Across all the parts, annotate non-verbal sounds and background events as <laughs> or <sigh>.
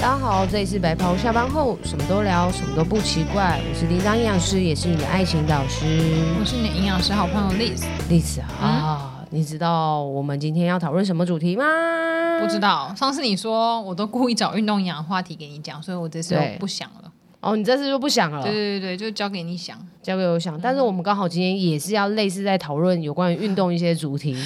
大家好，这里是白袍下班后，什么都聊，什么都不奇怪。我是叮当营养师，也是你的爱情导师我是你的营养师好朋友 Liz，丽子嗯啊。你知道我们今天要讨论什么主题吗？不知道上次你说我都故意找运动营养话题给你讲，所以我这次对又不想了。哦，你这次就不想了对，对对对，就交给你想。 <laughs> 交给我想。但是我们刚好今天也是要类似在讨论有关于运动一些主题。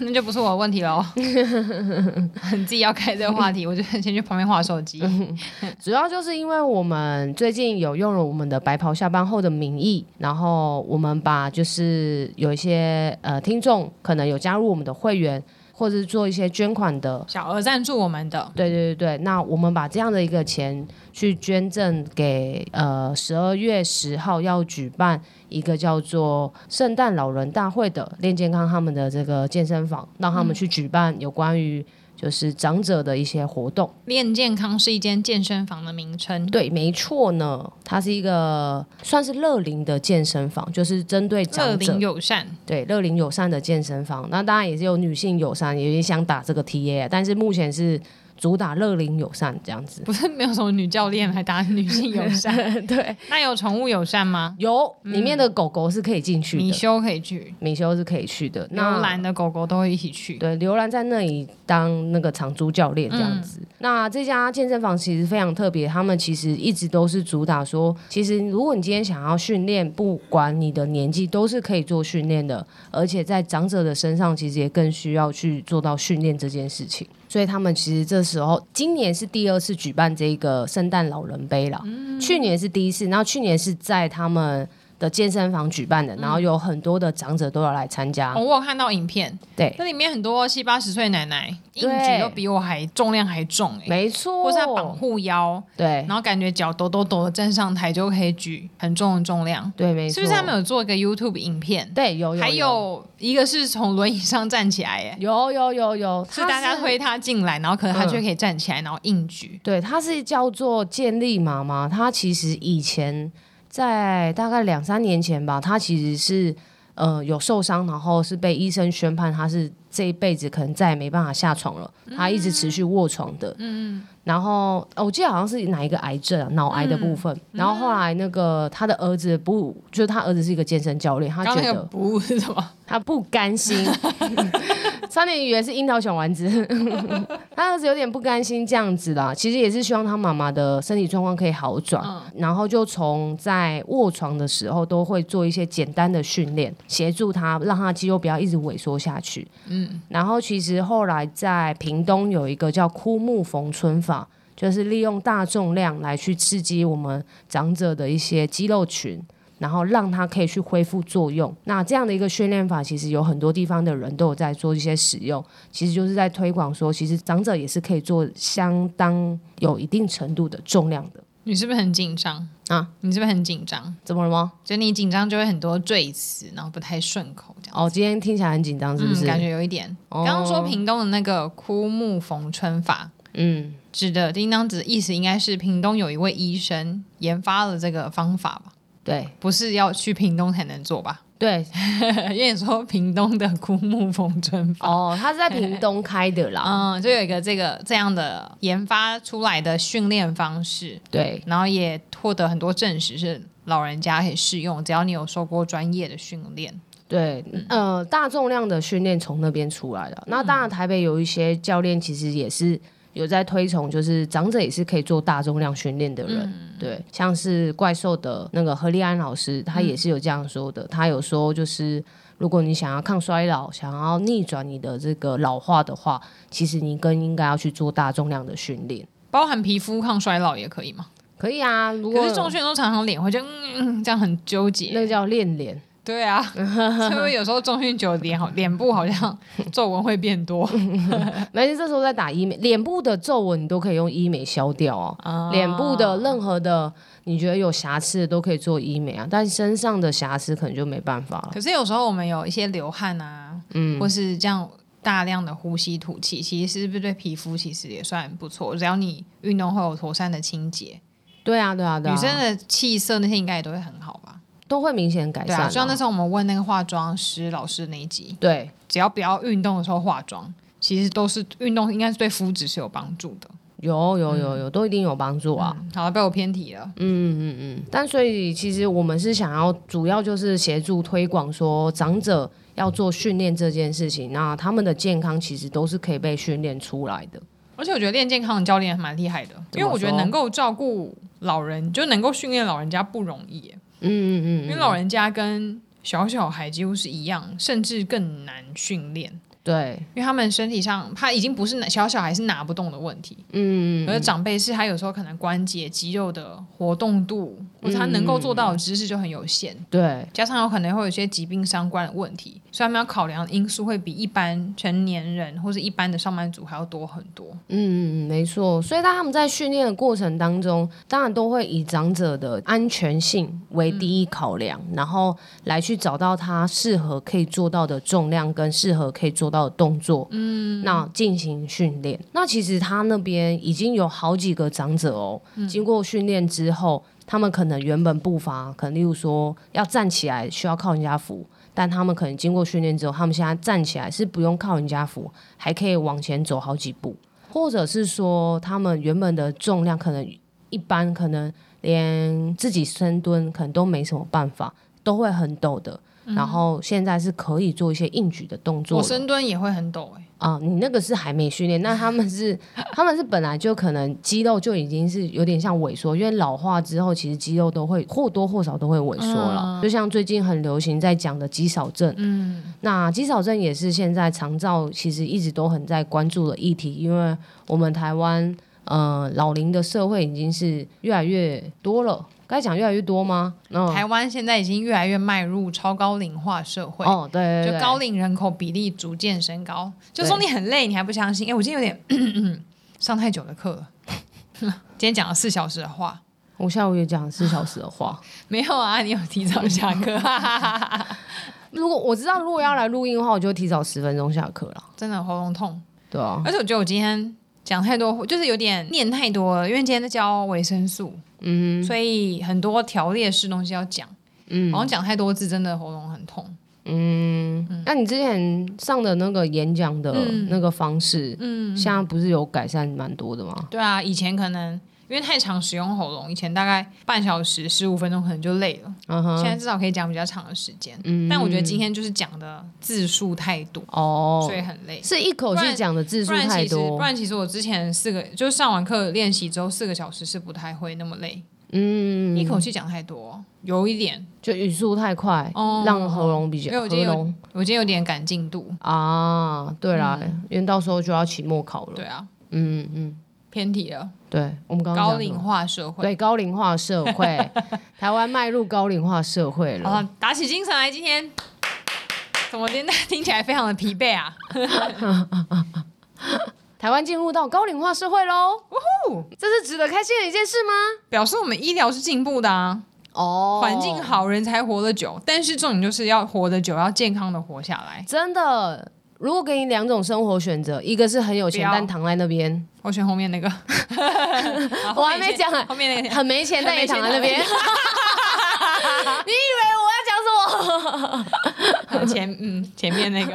那就不是我的问题 <laughs> 喽。你自己要开这个话题，我就先去旁边划手机。 <laughs> 主要就是因为我们最近有用了我们的白袍下班后的名义，然后我们把就是有一些呃听众可能有加入我们的会员，或者是做一些捐款的。小额赞助我们的，对对对对，那我们把这样的一个钱去捐赠给呃十二月十号要举办一个叫做圣诞老人大会的练健康他们的这个健身房，让他们去举办有关于就是长者的一些活动。练健康是一间健身房的名称。对，没错呢，它是一个算是乐龄的健身房，就是针对乐长者龄，友善，对乐龄友善的健身房。那当然也是有女性友善，也想打这个 TA，但是目前是主打乐龄友善这样子。不是没有什么女教练，还打女性友善。 <laughs> 对，那有宠物友善吗？有里面的狗狗是可以进去嗯米的，修可以去，米修是可以去的。牛那栏的狗狗都会一起去。对，刘兰在那里当那个长租教练这嗯样子。那这家健身房其实非常特别，他们其实一直都是主打说，其实如果你今天想要训练，不管你的年纪都是可以做训练的，而且在长者的身上其实也更需要去做到训练这件事情。所以他们其实这时候今年是第二次举办这个圣诞老人杯了，嗯去年是第一次，然后去年是在他们。的健身房举办的，然后有很多的长者都要来参加。嗯哦，我有看到影片，对，那里面很多七八十岁奶奶，硬欸对举都比我还重量还重哎、欸，没错，或是她绑护腰，对然后感觉脚抖抖抖的站上台就可以举很重的重量，对，没错，是不是他们有做一个 YouTube 影片？对有有还有一个是从轮椅上站起来哎、有有有有，是它大家推她进来，然后可能她却可以站起来，然后硬举。对，它是叫做建立妈妈，它其实以前在大概两三年前吧，它其实是呃有受伤，然后是被医生宣判他是这一辈子可能再也没办法下床了，他一直持续卧床的，嗯，然后、哦我记得好像是哪一个癌症啊，脑癌的部分，然后后来那个他的儿子不，就是他儿子是一个健身教练，他然觉后得那个不是什么？他不甘心，差点以为是樱桃小丸子， <laughs> 他儿子有点不甘心这样子啦。其实也是希望他妈妈的身体状况可以好转，然后就从在卧床的时候都会做一些简单的训练，协助他让他肌肉不要一直萎缩下去。嗯，然后其实后来在屏东有一个叫枯木逢春法。就是利用大重量来去刺激我们长者的一些肌肉群，然后让它可以去恢复作用。那这样的一个训练法，其实有很多地方的人都有在做一些使用，其实就是在推广说，其实长者也是可以做相当有一定程度的重量的。你是不是很紧张啊？你是不是很紧张？怎么了吗？就你紧张就会很多赘词，然后不太顺口这样。哦，今天听起来很紧张，是不哦是？嗯、感觉有一点。刚刚说屏东的那个枯木逢春法，嗯，指的叮当指的意思应该是屏东有一位医生研发了这个方法吧？对不是要去屏东才能做吧？ <laughs> 对，因为你说屏东的枯木逢春法，哦，他是在屏东开的啦。嗯，就有一个这个这样的研发出来的训练方式，对，然后也获得很多证实是老人家可以适用，只要你有受过专业的训练。对，嗯呃，大重量的训练从那边出来的。那当然，台北有一些教练其实也是有在推崇，就是长者也是可以做大重量训练的人。嗯对，像是怪兽的那个何立安老师，他也是有这样说嗯的。他有说，就是如果你想要抗衰老，想要逆转你的这个老化的话，其实你更应该要去做大重量的训练。包含皮肤抗衰老也可以吗？可以啊，如果可是重训都常常脸会就嗯嗯这样很纠结，那个叫练脸。<laughs> 对啊，所以我有时候中训久脸好脸部好像皱纹会变多，嗯没事，这时候在打医美，脸部的皱纹你都可以用医美消掉哦。啊脸部的任何的你觉得有瑕疵的都可以做医美啊，但身上的瑕疵可能就没办法了。可是有时候我们有一些流汗啊，嗯，或是这样大量的呼吸吐气，其实是不是对皮肤其实也算不错？只要你运动会有妥善的清洁，对啊，对啊，对啊，女生的气色那些应该也都会很好吧？都会明显改对善啊、啊，就像那时候我们问那个化妆师老师那一集，对只要不要运动的时候化妆，其实都是运动应该是对肤质是有帮助的。有有有有，都一定有帮助啊。嗯好了，被我偏题了。嗯嗯嗯。但所以其实我们是想要主要就是协助推广说长者要做训练这件事情，那他们的健康其实都是可以被训练出来的。而且我觉得练健康的教练还蛮厉害的，怎么因为我觉得说能够照顾老人，就能够训练老人家不容易耶，嗯因嗯为嗯，老人家跟小小孩几乎是一样，甚至更难训练，对，因为他们身体上他已经不是拿小小孩是拿不动的问题，嗯嗯而长辈是他有时候可能关节、肌肉的活动度，或者他能够做到的知识就很有限。对，加上有可能会有一些疾病相关的问题，所以他们要考量的因素会比一般成年人或是一般的上班族还要多很多。嗯嗯嗯，没错。所以当他们在训练的过程当中，当然都会以长者的安全性为第一考量，然后来去找到他适合可以做到的重量跟适合可以做到的动作，嗯，那进行训练。那其实他那边已经有好几个长者哦，经过训练之后，他们可能原本步伐，可能例如说要站起来需要靠人家扶。但他们可能经过训练之后，他们现在站起来是不用靠人家扶，还可以往前走好几步。或者是说他们原本的重量可能一般，可能连自己深蹲可能都没什么办法，都会很抖的。然后现在是可以做一些硬举的动作我的深蹲也会很抖哎、啊、你那个是还没训练，那他们是他们是本来就可能肌肉就已经是有点像萎缩，因为老化之后其实肌肉都会或多或少都会萎缩嗯了。就像最近很流行在讲的肌少症，嗯，那肌少症也是现在长照其实一直都很在关注的议题，因为我们台湾呃老龄的社会已经是越来越多了，该讲越来越多吗？嗯，台湾现在已经越来越迈入超高龄化社会，哦，对对对就高龄人口比例逐渐升高。就说你很累，你还不相信？哎、我今天有点 <coughs> 上太久的课了， <laughs> 今天讲了四小时的话。我下午也讲四小时的话。没有啊，你有提早下课， <laughs> 哈哈哈哈如果我知道，如果要来录音的话，我就提早十分钟下课了。真的喉咙痛。对啊，而且我觉得我今天讲太多，就是有点念太多了，因为今天在教维生素，嗯，所以很多条列式东西要讲，嗯，好像讲太多字真的喉咙很痛。嗯那你之前上的那个演讲的那个方式，嗯，现在不是有改善蛮多的吗？对啊，以前可能因为太常使用喉咙，以前大概半小时、十五分钟可能就累了，嗯哼，现在至少可以讲比较长的时间。但我觉得今天就是讲的字数太多，哦所，以很累。是一口气讲的字不数然太其实，不多，然其实我之前四个就是上完课练习之后四个小时是不太会那么累，嗯，一口气讲太多，有一点，就语速太快，哦让喉咙比因为较我今喉天有咙我今天有点赶进度，啊，对啦，因为到时候就要期末考了嗯对。啊，嗯嗯，偏题了，对，我们刚刚高讲什龄么化社会。对高龄化社 <laughs> 会，台湾迈入高龄化社会好了。了，打起精神来，今天怎么听听起来非常的疲惫啊？台湾进入到高龄化社会喽，这是值得开心的一件事吗？表示我们医疗是进步的啊，哦环境好，人才活得久，但是重点就是要活得久，要健康的活下来。真的。如果给你两种生活选择，一个是很有不钱要但躺在那边，我选后 <laughs> 面那个，好我还没讲啊 <laughs> 后面那 <laughs> 个，很没钱但也躺在那边。你以 <laughs> 为很我要讲什么？ <laughs> 呃前嗯前面那个，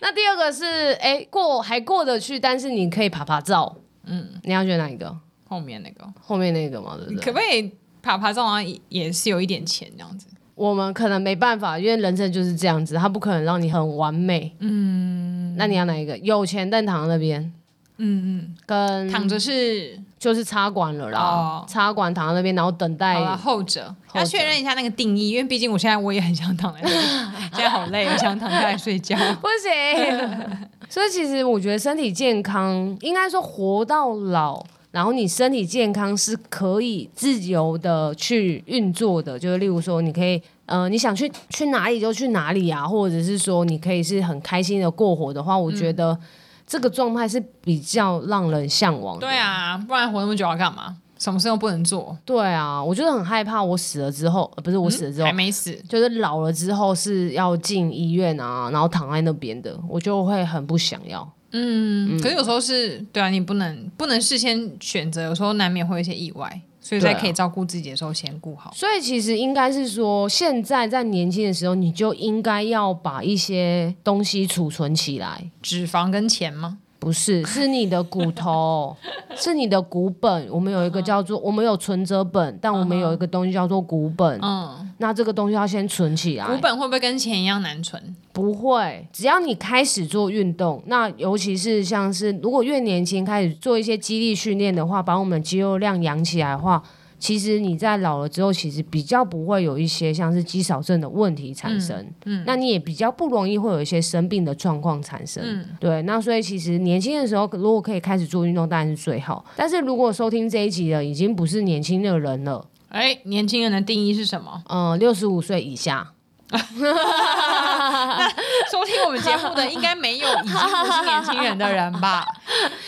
那第二个是哎、过还过得去，但是你可以爬爬照。嗯，你要选哪一个？ <laughs> 后面那个，后面那个嘛，对不对？可不可以爬爬照啊？也是有一点钱这样子。我们可能没办法，因为人生就是这样子，他不可能让你很完美。嗯，那你要哪一个？有钱但躺在那边，嗯跟嗯，躺着是就是插管了啦哦，插管躺在那边，然后等好了待。后者，哎后者要确认一下那个定义，因为毕竟我现在我也很想躺在那里，现在好累，我想躺下来睡 <laughs> 觉。不行。 <laughs> 所以其实我觉得身体健康，应该说活到老，然后你身体健康是可以自由的去运作的，就是例如说你可以。呃，你想去去哪里就去哪里啊，或者是说你可以是很开心的过活的话，我觉得嗯这个状态是比较让人向往的。对啊，不然活那么久要干嘛？什么事都不能做，对啊，我就是很害怕我死了之后，呃、不是我死了之后，嗯还没死。就是老了之后是要进医院啊，然后躺在那边的，我就会很不想要。嗯，可是有时候是对啊，你不能不能事先选择，有时候难免会有一些意外，所以在对啊可以照顾自己的时候先顾好。所以其实应该是说，现在在年轻的时候，你就应该要把一些东西储存起来。脂肪跟钱吗？不是，是你的骨头，是你的骨本。我们有一个叫做，我们有存折本，但我们有一个东西叫做骨本。嗯，那这个东西要先存起来。股本会不会跟钱一样难存？不会，只要你开始做运动，那尤其是像是如果越年轻开始做一些肌力训练的话，把我们肌肉量养起来的话，其实你在老了之后，其实比较不会有一些像是肌少症的问题产生。嗯，那你也比较不容易会有一些生病的状况产生。嗯对，那所以其实年轻的时候，如果可以开始做运动，当然是最好。但是如果收听这一集的已经不是年轻的人了，哎、年轻人的定义是什么？ <laughs> 嗯、呃，六十五岁以下，收听我们节目的应该没有已经不是年轻人的人 <laughs> 吧？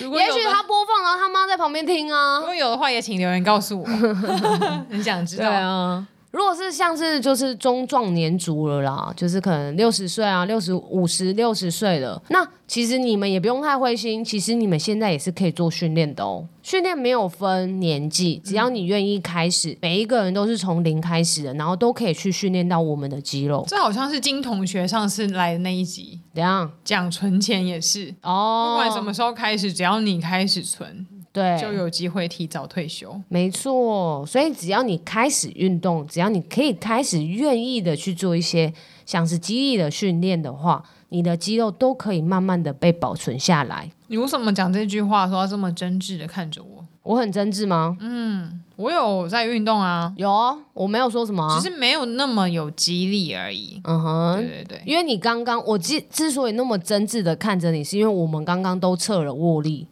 如果有也的许他播放，然后他妈在旁边听啊如。果有的话，也请留言告诉我， <laughs> 很想知对道。啊。如果是像是就是中壮年族了啦，就是可能六十岁啊、六十五十、六十岁了，那其实你们也不用太灰心，其实你们现在也是可以做训练的哦。训练没有分年纪，只要你愿意开始，每一个人都是从零开始的，然后都可以去训练到我们的肌肉。这好像是金同学上次来的那一集怎样？讲存钱也是，哦，不管什么时候开始，只要你开始存，对，就有机会提早退休。没错，所以只要你开始运动，只要你可以开始愿意的去做一些像是肌力的训练的话，你的肌肉都可以慢慢的被保存下来。你为什么讲这句话，说要这么真挚的看着我？我很真挚吗？嗯我有在运动啊，有哦，我没有说什么、啊只。是没有那么有激励而已。嗯对哼，对对，因为你刚刚我之之所以那么真挚的看着你，是因为我们刚刚都测了握 <laughs> 力。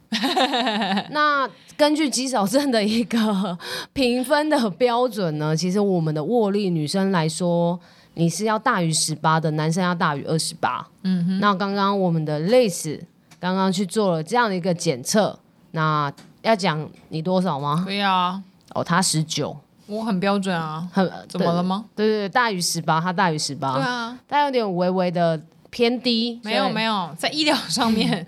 那根据肌少症的一个评分的标准呢，其实我们的握力女生来说，你是要大于十八的，男生要大于二十八。嗯哼，那刚刚我们的 Lace 刚刚去做了这样的一个检测，那要讲你多少吗？对啊，哦，他十九，我很标准啊，很怎么了吗？对对对，大于十八，他大于十对八，啊，他有点微微的偏低，没有没有，有，在医疗上 <laughs> 面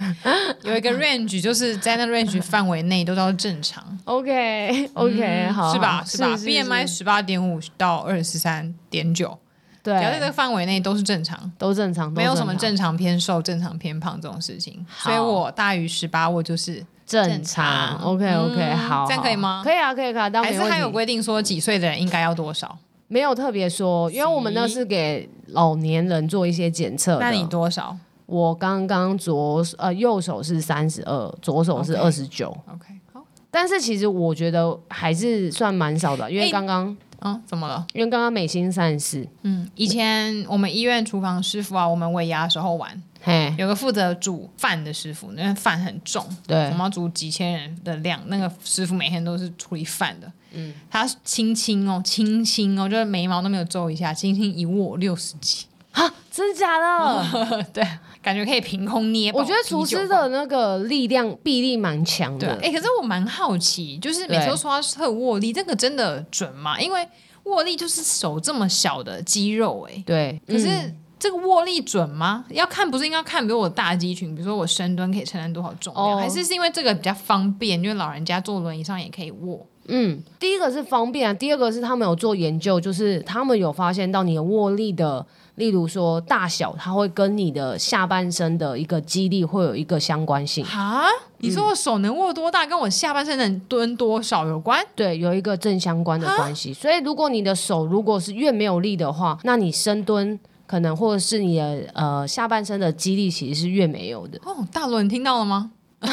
有一个 range，就是在那 range 范围内都叫正常， OK OK，、嗯好，是吧？好是吧？BMI 十八点五到二十三点九，对只要在这个范围内都是正常，都正常，都没有什么正正常偏瘦、正常偏胖这种事情。好所以我大于十八，我就是常正常 OK OK，、嗯好，这样好可以吗可以啊，可以可以啊，当然还是没问它有题规定说几岁的人应该要多少？没有特别说，因为我们那是给老年人做一些检测的。嗯那你多少我刚刚左呃右手是三十二，左手是 OK 二十九， ？OK，好，但是其实我觉得还是算蛮少的，因为哎刚刚、嗯，怎么了？因为刚刚美心三十四，嗯，以前我们医院厨房师傅啊，我们尾牙的时候玩，嘿，有个负责煮饭的师傅，那饭很重，我对们，要煮几千人的量，那个师傅每天都是处理饭的。嗯，他轻轻哦，轻轻哦，就是眉毛都没有皱一下，轻轻一握六十几，哈，真假 <laughs> 的？对，感觉可以凭空捏爆我觉得哎啤酒厨师吧的那个力量臂力蛮强对啊，的哎、，可是我蛮好奇，就是每对次都说他测握力，这个真的准吗？因为握力就是手这么小的肌肉、哎，对，可是。嗯这个握力准吗？要看不是应该看，比如我大肌群，比如说我深蹲可以承担多少重哦量，还是是因为这个比较方便，因为老人家坐轮椅上也可以握。嗯，第一个是方便啊，第二个是他们有做研究，就是他们有发现到你的握力的，例如说大小，它会跟你的下半身的一个肌力会有一个相关性。啊？你说我手能握多大，跟我下半身能蹲多少有关？对，有一个正相关的关系。所以，如果你的手如果是越没有力的话，那你深蹲可能或者是你的呃下半身的肌力其实是越没有的。哦，大伦听到了吗？ <laughs>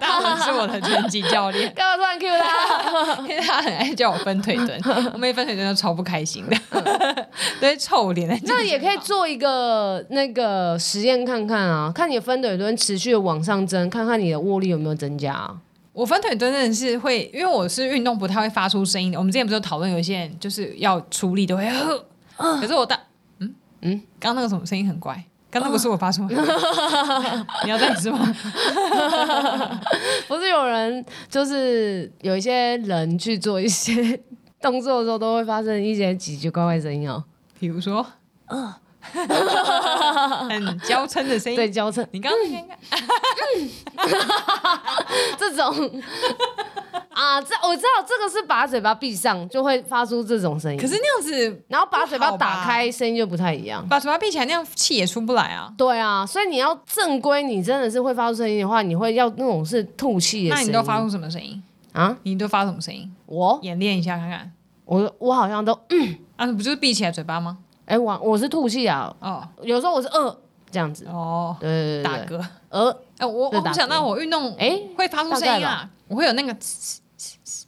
大伦是我的拳击教练，干嘛突然 Q 他？ <laughs> 因为他很爱叫我分腿蹲，我每分腿蹲都超不开心的， <laughs> 对，臭脸的。 <laughs> 那也可以做一个那个实验看看啊，看你的分腿蹲持续的往上增，看看你的握力有没有增加、啊。我分腿蹲真的是会，因为我是运动不太会发出声音的。我们之前不是有讨论，有一些人就是要出力都会呵，可是我大嗯嗯，刚刚那个什么声音很怪，刚刚那不是我发出来嗯的，你要再一次吗？ <laughs> 不是有人就是有一些人去做一些 <laughs> 动作的时候，都会发生一些奇奇怪怪的声音哦、比如说， <laughs> 很娇嗔的声嗯对，嗯音。交叉你刚刚那个应该这种 <laughs> 啊，这我知道，这个是把嘴巴闭上就会发出这种声音，可是那样子然后把嘴不巴好打吧开声音就不太一样。把嘴巴闭起来，那样气也出不来啊。对啊，所以你要正规，你真的是会发出声音的话，你会要那种是吐气的那声音。你都发出什么声音？啊？你都发什么声音？我演练一下看看。我我好像都嗯啊，不就是闭起来嘴巴吗？哎、我我是吐气啊，哦有时候我是呃这样子，哦，对对对打对对，嗝。呃哎，我对我打嗝不想到我运动哎会发出大概声音啊，我会有那个嘶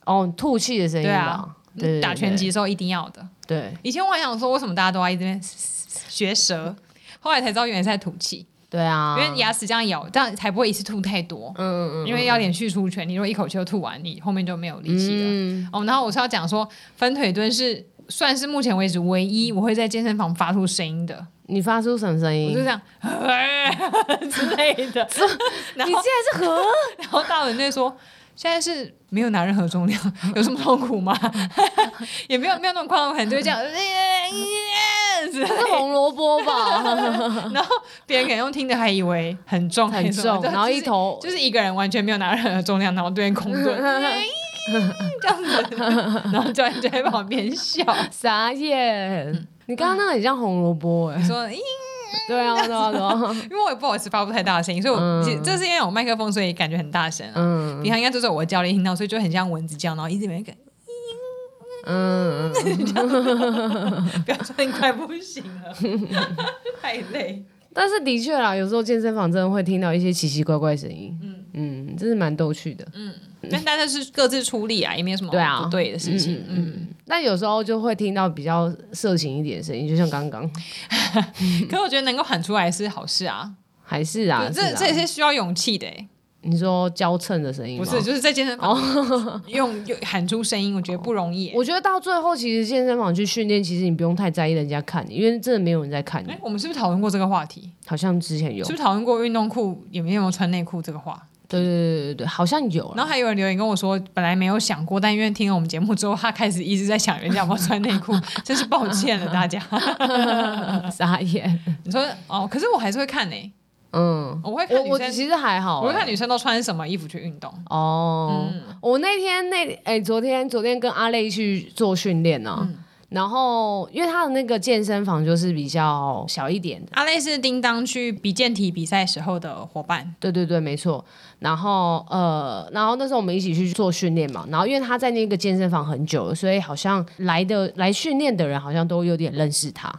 哦吐气的声音对吧啊，对对打拳击的时候一定要的。对对以前我还想说，为什么大家都爱这边嘶嘶嘶学舌，后来才知道原来是在吐气，对啊，因为牙齿这样咬，这样才不会一次吐太多。嗯嗯因为要连续出拳，你如果一口气就吐完，你后面就没有力气了。嗯哦，然后我是要讲说，分腿蹲是算是目前为止唯一我会在健身房发出声音的，你发出什么声我就音？这样嗯 <laughs> 之类的。然你后竟然是和然后大文就说。现在是没有拿任何重 <laughs> 量，有什么痛苦吗？ <laughs> 也没有没有那种夸张，可能就会 <laughs> 这样， <laughs> 之类这的是红萝卜 <laughs> 吧？ <laughs> 然后别人可能用听的还以为很重很什么重，的然后一就是头就是一个人完全没有拿任何重量，然后对面空 <laughs> 顿这样子，然后教练就在旁边笑，傻嗯眼。你刚刚那个很像红萝卜哎，说咦对啊对啊对啊，因为我也不好意思发不太大的声音，所以我、嗯其实这是因为有麦克风，所以感觉很大声啊。嗯平常应该都是我的教练听到，所以就很像蚊子叫，然后一直没敢，嗯嗯， <laughs> 不要说你快不行了，太累。但是的确啦，有时候健身房真的会听到一些奇奇怪怪的声音，嗯嗯，真是蛮逗趣的。嗯但大家是各自出力啊，也没有什么对啊不对的事情。嗯，但有时候就会听到比较色情一点的声音，就像刚刚，嗯可是我觉得能够喊出来是好事啊，还是啊，对是这啊这也是需要勇气的、欸，你说娇嗔的声音不吗哦是就是在健身房、 <laughs> 用用喊出声音，我觉得不容易、欸。我觉得到最后，其实健身房去训练，其实你不用太在意人家看你，因为真的没有人在看你。哎、我们是不是讨论过这个话题？好像之前有，是对不是讨论过运动裤有没有穿内裤这个话？对对对对，好像有然 <laughs> 啦。后还有人留言跟我说，本来没有想过，但因为听了我们节目之后，他开始一直在想人家有没有穿内 <laughs> 裤，真是抱歉了大家。嗯傻眼。你说哦，可是我还是会看呢、嗯，我会看我女我生，其实还好我欸、会看嗯女生都穿什么衣服去运动。哦，我那天那哎、昨天昨天跟阿累去做训练呢，嗯然后因为他的那个健身房就是比较小一点的，阿累是叮当去比健体比赛时候的伙伴，对对对，没错。然后呃，然后那时候我们一起去做训练嘛，然后因为他在那个健身房很久了，所以好像来的来训练的人好像都有点认识他。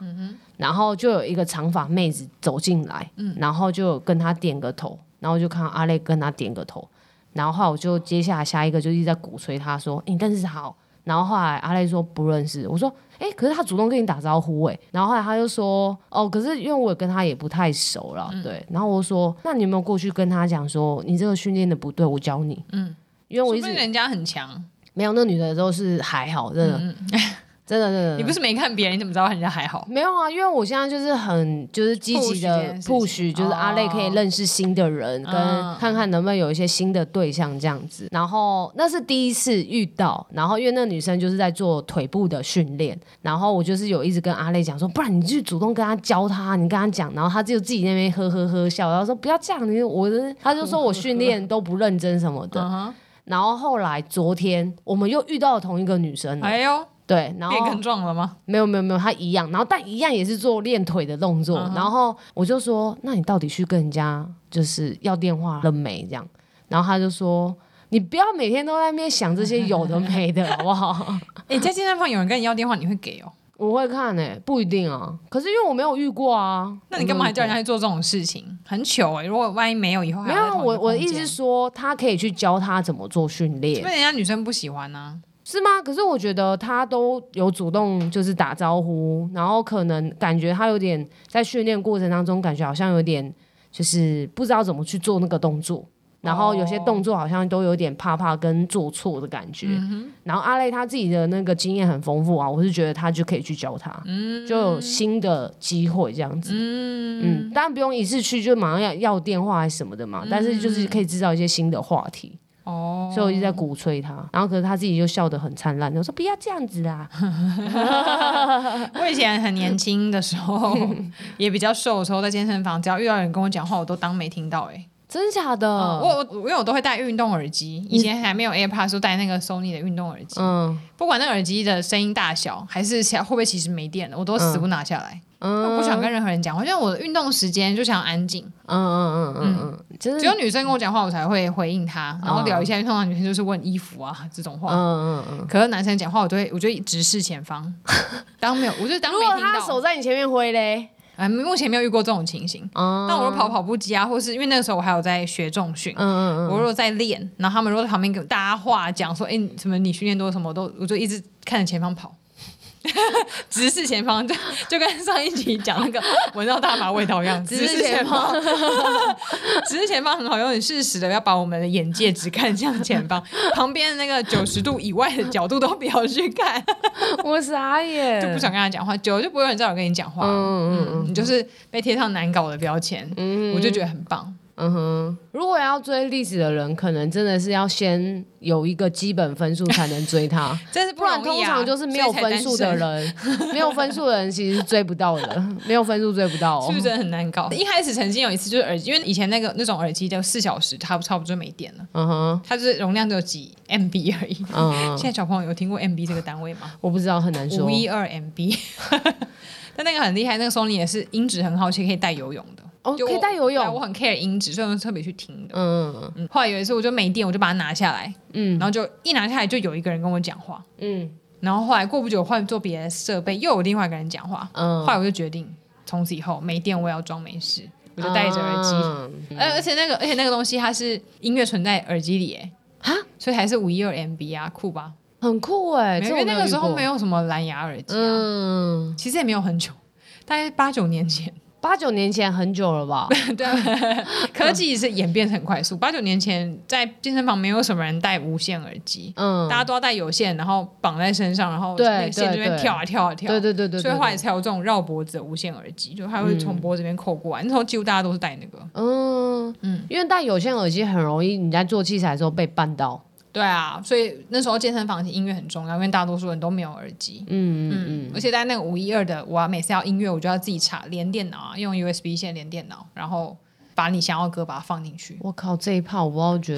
然后就有一个长发妹子走进来，嗯然后就有跟他点个头，然后就看到阿累跟他点个头，然后后来我就接下来下一个就一直在鼓吹他说：“诶你认识他哦。”然后后来阿累说不认识，我说：“哎、可是他主动跟你打招呼哎、然后后来他就说：“哦，可是因为我跟他也不太熟了，嗯对。”然后我就说：“那你有没有过去跟他讲说你这个训练的不对，我教你？”嗯，因为我一说直不定人家很强。没有那女的都是还好，真的，嗯真的真的，你不是没看别人，你怎么知道人家还好？没有啊，因为我现在就是很就是积极 push 这的件事情 push，就是阿累可以认识新的人，哦跟看看能不能有一些新的对象这样子。然后那是第一次遇到，然后因为那女生就是在做腿部的训练，然后我就是有一直跟阿累讲说，不然你去主动跟她教她，你跟她讲，然后她就自己那边呵呵呵笑，然后说不要这样，你我的，她就说我训练都不认真什么的。嗯然后后来昨天我们又遇到了同一个女生了，哎呦，对，嗯然后变更壮了吗？没有没有没有，他一样，然后但一样也是做练腿的动作，嗯然后我就说，那你到底去跟人家就是要电话了没？这样，然后他就说，你不要每天都在那边想这些有的没的，好不好？ <laughs> 哎、在健身房有人跟你要电话，你会给哦？我会看诶、不一定啊，可是因为我没有遇过啊，那你干嘛还叫人家？家去做这种事情？很糗哎、如果万一没有，以后还没要有在啊，同一我个我的空意思间是说，他可以去教他怎么做训因练，为人家女生不喜欢啊呢、是吗？可是我觉得他都有主动就是打招呼，然后可能感觉他有点在训练过程当中，感觉好像有点就是不知道怎么去做那个动作，然后有些动作好像都有点怕怕跟做错的感觉。然后阿累他自己的那个经验很丰富啊，我是觉得他就可以去教他，就有新的机会这样子。嗯当然不用一次去就马上要要电话还是什么的嘛，但是就是可以制造一些新的话题。哦，所以我一直在鼓吹他，然后可是他自己就笑得很灿烂，我说不要这样子啦，我以前很 <laughs> 年轻的时候，也比较瘦的时候，在健身房，只要遇到有人跟我讲话，我都当没听到、欸。真假的？我我因为我都会戴运动耳机，以前还没有 AirPods 的时候戴那个 Sony 的运动耳机，嗯不管那耳机的声音大小，还是其会不会其实没电了，我都死不拿下来。嗯我不想跟任何人讲话，像我的运动时间就想安静，嗯嗯嗯嗯嗯，真的只有女生跟我讲话，我才会回应她，然后聊一下。因为通常女生就是问衣服啊这种话，嗯嗯嗯。可是男生讲话，我都会，我就会直视前方，当没有，我就当如没果听他手到。在你前面挥嘞，哎，目前没有遇过这种情形。嗯但我如果跑跑步机啊，或是因为那个时候我还有在学重训，嗯嗯我如果在练，然后他们如果在旁边给大家话讲说，哎、你什么你训练多什么，我都我就一直看着前方跑， <laughs> 直视前方，就就跟上一集讲那个闻到大麻味道一样，直视前方，直视前方很好用，很适时的要把我们的眼界只看向前方，旁边的那个九十度以外的角度都不要去看，嗯，我傻眼，就不想跟他讲话，久了就不会有人再有跟你讲话了，嗯，嗯嗯嗯，你就是被贴上难搞的标签，嗯我就觉得很棒。嗯哼，如果要追历史的人，可能真的是要先有一个基本分数才能追他，真是不然容易通啊常就是没有分数的，人，没有分数的人其实是追不到的，没有分数追不到所哦以才单身是不是。真的很难搞？一开始曾经有一次就是耳机，因为以前那个那种耳机就四小时，差不差不多就没电了，嗯哼，它就是容量只有几 MB 而已。嗯，现在小朋友有听过 MB 这个单位吗？我不知道，很难说五。一二 MB，但那个很厉害，那个 Sony 也是音质很好，且可以带游泳的。哦，就我可以带游对啊我泳。很 care 音质，所以我特别去听的。嗯嗯，后来有一次我就没电，我就把它拿下来，嗯然后就一拿下来就有一个人跟我讲话，嗯然后后来过不久换做别的设备，又有另外一个人讲话，嗯后来我就决定，从此以后没电我也要装没事，我就戴着耳机。而、机。而且那个而且那个东西它是音乐存在耳机里耶，哈，所以还是五一二 MB 啊，酷吧？很酷哎，没有这因为那个时候没有遇有什么蓝牙耳机过。啊，嗯，其实也没有很久。大概八九年 <laughs> 前，八九年前很久了 <laughs> 吧？对啊，科技是演变很快速。八九年前，在健身房没有什么人戴无线耳机，嗯，大家都要戴有线，然后绑在身上，然后对那个线这对边对跳啊跳啊跳啊对对对对，所以对后来才有这种绕脖子的无线耳机，就它会从脖子这边扣过来。那时候几乎大家都是戴那个。嗯嗯嗯，因为戴有线耳机很容易你在做器材的时候被绊到。对啊，所以那时候健身房其实音乐很重要，因为大多数人都没有耳机。嗯嗯嗯，而且在那个五一二的，我、啊、每次要音乐，我就要自己查连电脑啊，用 USB 线连电脑，然后把你想要的歌把它放进去。我靠，这一趴我不知道，觉 <laughs>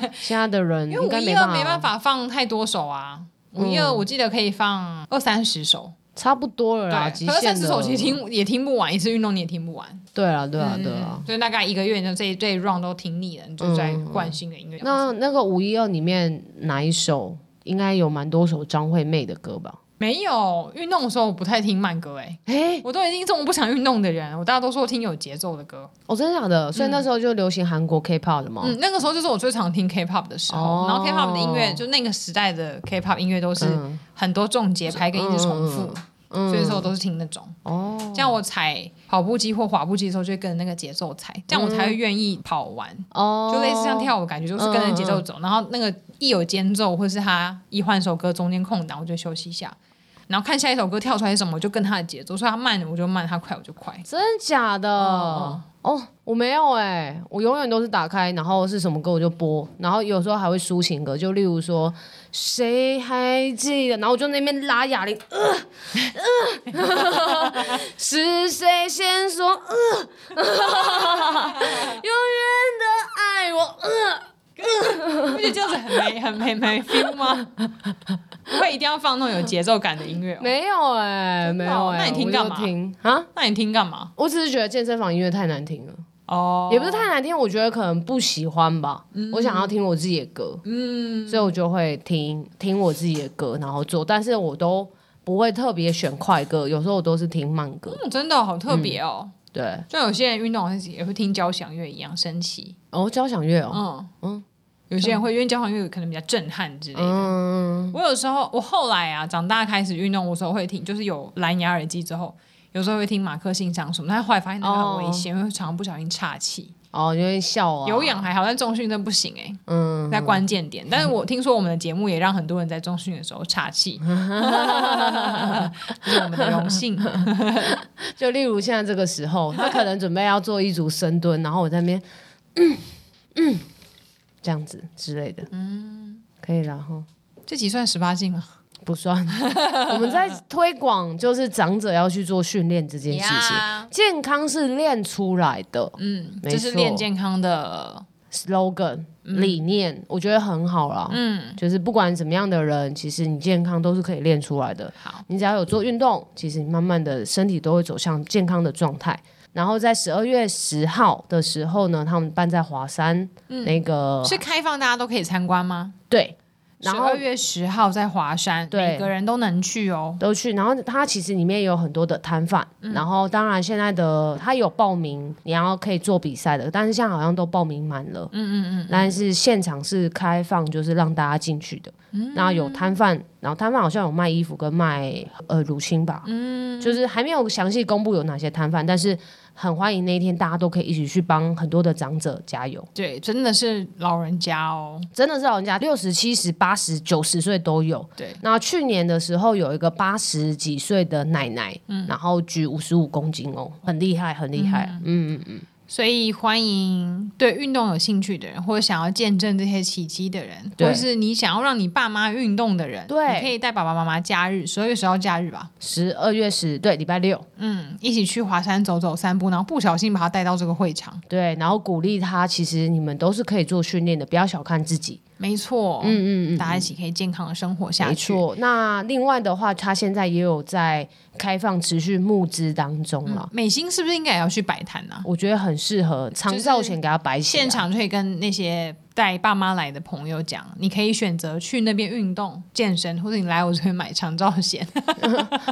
得现在的人因为应五该一办二法，嗯没办法啊放太多首啊，五一二我记得可以放二三十首，差不多了啦，极对，可是啊限三十的。首其实听嗯也听不完，一次运动你也听不完。对啊，对啊，对啊。所以大概一个月你就这一这一 round 都听腻了，你就在惯新的音乐。那那个五一二里面哪一首应该有蛮多首张惠妹的歌吧？没有运动的时候，我不太听慢歌、欸，哎，我都已经这么不想运动的人，我大多数听有节奏的歌。哦，真的假的？所以那时候就流行韩国 K-pop 了吗？嗯，那个时候就是我最常听 K-pop 的时候，哦然后 K-pop 的音乐，就那个时代的 K-pop 音乐都是嗯很多重节拍跟一直重复，所以说我都是听那种。哦，这样我踩跑步机或滑步机的时候，就会跟着那个节奏踩，这样我才会愿意跑完。嗯哦，嗯就类似像跳舞，感觉就是跟着节奏走。然后那个一有间奏，或是他一换首歌中间空档，我就休息一下，然后看下一首歌跳出来是什么，我就跟他的节奏。所以他慢我就慢，他快我就快。真的假的？嗯哦，我没有哎、我永远都是打开，然后是什么歌我就播，然后有时候还会抒情歌，就例如说谁还记得，然后我就那边拉哑铃，呃呃，是谁先说呃，永远的爱我，哦呃，不觉得这样子很没、很没、没 feel 吗？不会一定要放那种有节奏感的音乐、哦？没有哎、真没的哦有哎、那你听干嘛我就听啊？那你听干嘛？我只是觉得健身房音乐太难听了，哦，也不是太难听，我觉得可能不喜欢吧。我想要听我自己的歌，嗯，所以我就会听听我自己的歌，然后做，但是我都不会特别选快歌，有时候我都是听慢歌。嗯，真的好特别哦。对，就有些人运动好像也会听交响乐一样神奇。哦，交响乐哦，嗯嗯嗯，有些人会因为交响乐可能比较震撼之类的。嗯，我有时候，我后来啊，长大开始运动，我时候会听，就是有蓝牙耳机之后，有时候会听马克信箱什么，但后来发现那个很危险，因为常常不小心岔气。哦，因为笑啊，有氧还好，但重训真的不行哎、嗯，在关键点。但是我听说我们的节目也让很多人在中训的时候岔 <laughs> 气，这是我们的荣幸。就例如现在这个时 <laughs> 候，他可能准备要做一组深蹲，然后我在那边，嗯嗯，这样子之类的，嗯，可以了哈。这集算十八禁吗？不算。 <laughs> 我们在推广就是长者要去做训练这件事情，呀健康是练出来的嗯，没这是错练健康的， slogan 理念，我觉得很好啦。嗯，就是不管怎么样的人，其实你健康都是可以练出来的。好，你只要有做运动，其实你慢慢的身体都会走向健康的状态。然后在十二月十号的时候呢，他们办在华山、那个嗯是开放大家都可以参观吗？对，十然后二月十号在华山，对每个人都能去哦。都去。然后它其实里面也有很多的摊贩，然后当然现在的它有报名，你要可以做比赛的，但是现在好像都报名满了。嗯嗯嗯。但是现场是开放，就是让大家进去的。然后有摊贩，然后摊贩好像有卖衣服跟卖呃乳清吧。嗯。就是还没有详细公布有哪些摊贩，但是很欢迎那一天大家都可以一起去帮很多的长者加油。对，真的是老人家哦。真的是老人家，六十七十、八十、九十岁都有。对，那去年的时候有一个八十几岁的奶奶，嗯然后举五十五公斤哦，很厉害，很厉害。嗯嗯嗯，所以欢迎对运动有兴趣的人，或者想要见证这些奇迹的人，对或是你想要让你爸妈运动的人，对你可以带爸爸妈妈假日，十二月十号假日吧，十二月十对，礼拜六嗯，一起去华山走走散步，然后不小心把他带到这个会场，对，然后鼓励他，其实你们都是可以做训练的，不要小看自己。没错，嗯嗯嗯，大家一起可以健康的生活下没去。错。那另外的话，他现在也有在开放持续募资当中了，美心是不是应该也要去摆摊啊？我觉得很适合长照前给他啊摆起来现场就可以跟那些带爸妈来的朋友讲，你可以选择去那边运动、健身，或者你来我这边买长照 <laughs> 险，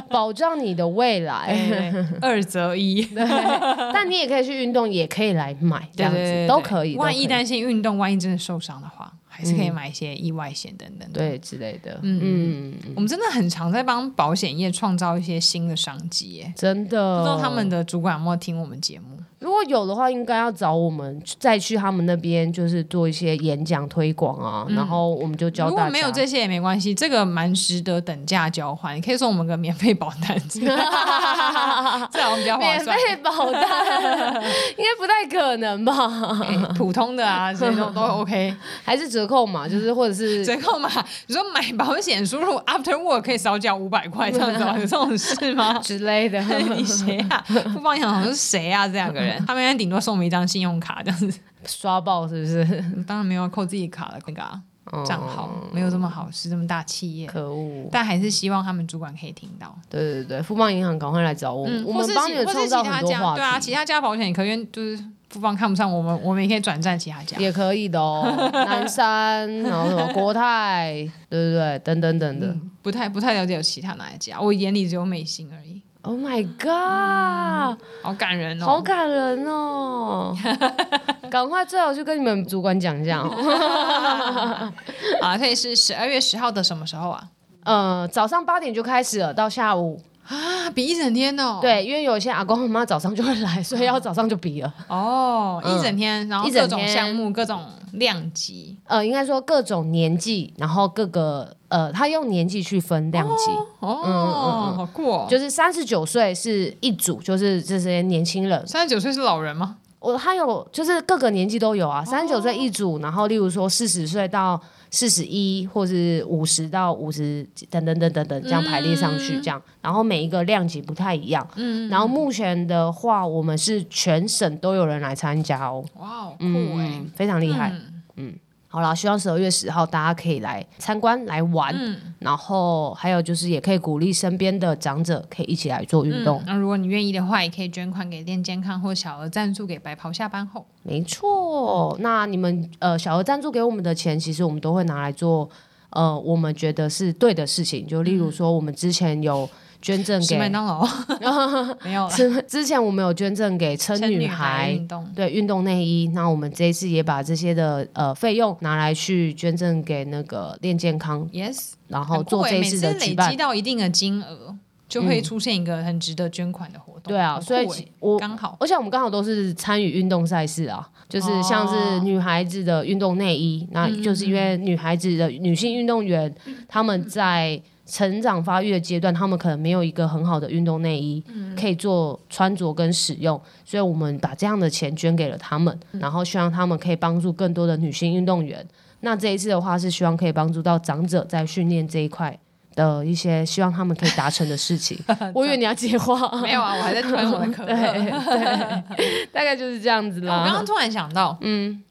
保障你的未来。 <laughs> 哎二择一。对， <laughs> 但你也可以去运动，也可以来买，这对样对子对，都对可以。万一的担心运动，万一真的受伤的话，还是可以买一些意外险等等。，对之类的，嗯嗯，我们真的很常在帮保险业创造一些新的商机耶。真不知的道。他们的主管有没有听我们节目？如果有的话，应该要找我们再去他们那边，就是做一些演讲推广啊，然后我们就教嗯如大果家。没有这些也没关系，这个蛮值得等价交换，你可以送我们个免费保单，这 <laughs> 样比较划免算。费保单，应该不太可能吧？ <laughs> 哎普通的啊，这种都 OK。还是折扣嘛，就是或者 <laughs> 是折扣嘛，你说买保险输入 After Work 可以少缴五百块，这样子吗？有这种 <laughs> 事吗？之类的。你谁啊？不帮你想说是谁啊？这两个人，他们应该顶多送我们一张信用卡这样子， <laughs> 刷爆是不是？哦当然没有扣自己卡的那个啊 <laughs> 账号，没有这么好事，这么大企业。可恶！但还是希望他们主管可以听到，对对对，富邦银行赶快来找我们，嗯，我或们是帮其你们或是创造其很他多家话题。对啊，其他家保险可愿就是不方看不上我们，我们也可以转战其他家。也可以的哦，南山，然后什么国泰，对不对？等等等等。不太不太了解有其他哪一家，我眼里只有美心而已， Oh my god，、好感人哦。好感人 <laughs> 哦！赶快最好去跟你们主管讲一下 <laughs> 哦。啊，所以是十二月十号的什么时候啊？呃，早上八点就开始了，到下午。啊，比一整天哦。对，因为有些阿公阿妈早上就会来，所以要早上就比了。哦，一整天，然后嗯一整各种天项目、各种量级，呃，应该说各种年纪，然后各个呃，他用年纪去分量级。哦，好酷哦！嗯就是三十九岁是一组，就是这些年轻人，三十九岁是老人吗？我还有就是各个年纪都有啊，三十九岁一组，然后例如说四十岁到四十一，或是五十到五十等等等等等这样排列上去，这样，然后每一个量级不太一样。嗯，然后目前的话，我们是全省都有人来参加哦，哇哦，酷哎嗯，！非常厉害。嗯好啦，希望十二月十号大家可以来参观来玩，然后还有就是也可以鼓励身边的长者可以一起来做运动嗯，，那如果你愿意的话，也可以捐款给练健康或小额赞助给白袍下班后。没错，那你们呃小额赞助给我们的钱，其实我们都会拿来做呃我们觉得是对的事情，就例如说我们之前有捐赠吃给，嗯 <laughs> 麦当劳没有了，之之前我们有捐赠给撑撑女孩孩。运动。对运动内衣，那我们这一次也把这些的呃费用拿来去捐赠给那个练健康， Yes，然后很酷做欸这一每次次的举累办积。到一定的金额，就会出现一个很值得捐款的活动。对啊，很酷所以欸其我刚好而且我们刚好都是参与运动赛事啊，就是像是女孩子的运动内衣，那就是因为女孩子的女性运动员，她们在成长发育的阶段，她们可能没有一个很好的运动内衣可以做穿着跟使用，所以我们把这样的钱捐给了她们，然后希望她们可以帮助更多的女性运动员。那这一次的话，是希望可以帮助到长者在训练这一块的一些希望他们可以达成的事 <laughs> 情。我以为你要接话，没有啊，我还在吞我的可 <laughs> 对乐。对， <laughs> 大概就是这样子我刚啦刚。突然想到，嗯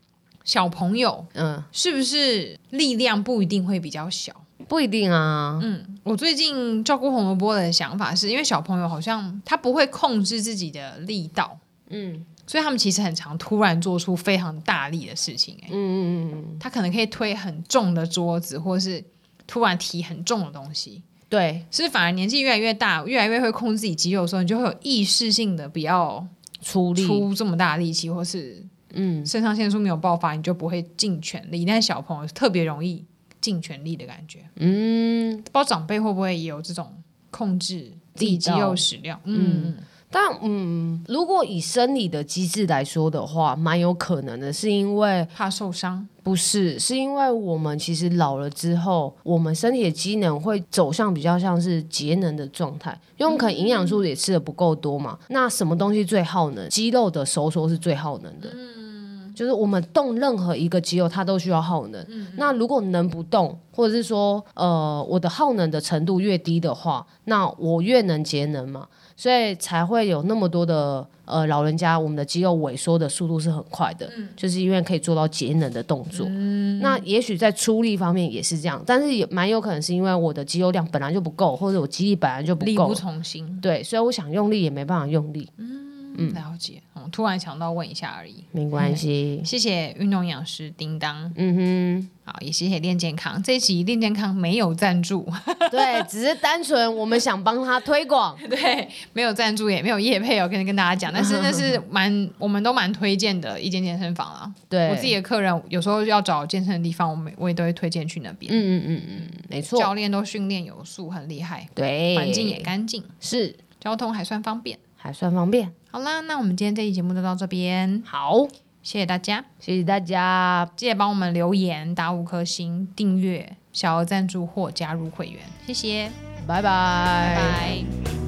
小朋友嗯，是不是力量不一定会比较小？不一定啊。嗯，我最近照顾红萝卜的想法是，因为小朋友好像他不会控制自己的力道，嗯所以他们其实很常突然做出非常大力的事情、欸。嗯嗯嗯嗯，他可能可以推很重的桌子，或是突然提很重的东西。对，是反而年纪越来越大，越来越会控制自己肌肉的时候，你就会有意识性的不要出力。出这么大的力气，或是嗯，肾上腺素没有爆发，你就不会尽全力。但是小朋友特别容易尽全力的感觉，嗯，不知道长辈会不会也有这种控制自己肌肉食量？嗯，但嗯，如果以生理的机制来说的话，蛮有可能的，是因为怕受伤。不是，是因为我们其实老了之后，我们身体的机能会走向比较像是节能的状态，因为我们可能营养素也吃的不够多嘛。那什么东西最耗能？肌肉的收缩是最耗能的。就是我们动任何一个肌肉，它都需要耗能。嗯那如果能不动，或者是说，呃，我的耗能的程度越低的话，那我越能节能嘛，所以才会有那么多的呃老人家，我们的肌肉萎缩的速度是很快的，嗯就是因为可以做到节能的动作。那也许在出力方面也是这样，但是也蛮有可能是因为我的肌肉量本来就不够，或者我肌力本来就不力够不，从心，对，所以我想用力也没办法用力，了解。嗯，突然想到问一下而已。没关系。谢谢运动营养师叮当。嗯好，也谢谢练健康。这一集练健康没有赞助， <laughs> 哼， <laughs> 对，只是单纯我们想帮他推广。对，没有赞助也没有业配哦，跟跟大家讲，但是那是蛮我们都蛮推荐的一间健身房啊啦。对，我自己的客人有时候要找健身的地方，我们我也都会推荐去那边。嗯嗯嗯嗯嗯，没错，教练都训练有素，很厉害，对，环境也干净，是交通还算方便。还算方便。好啦，那我们今天这期节目就到这边，好，谢谢大家，谢谢大家，记得帮我们留言、打五颗星、订阅、小额赞助或加入会员，谢谢，拜拜拜拜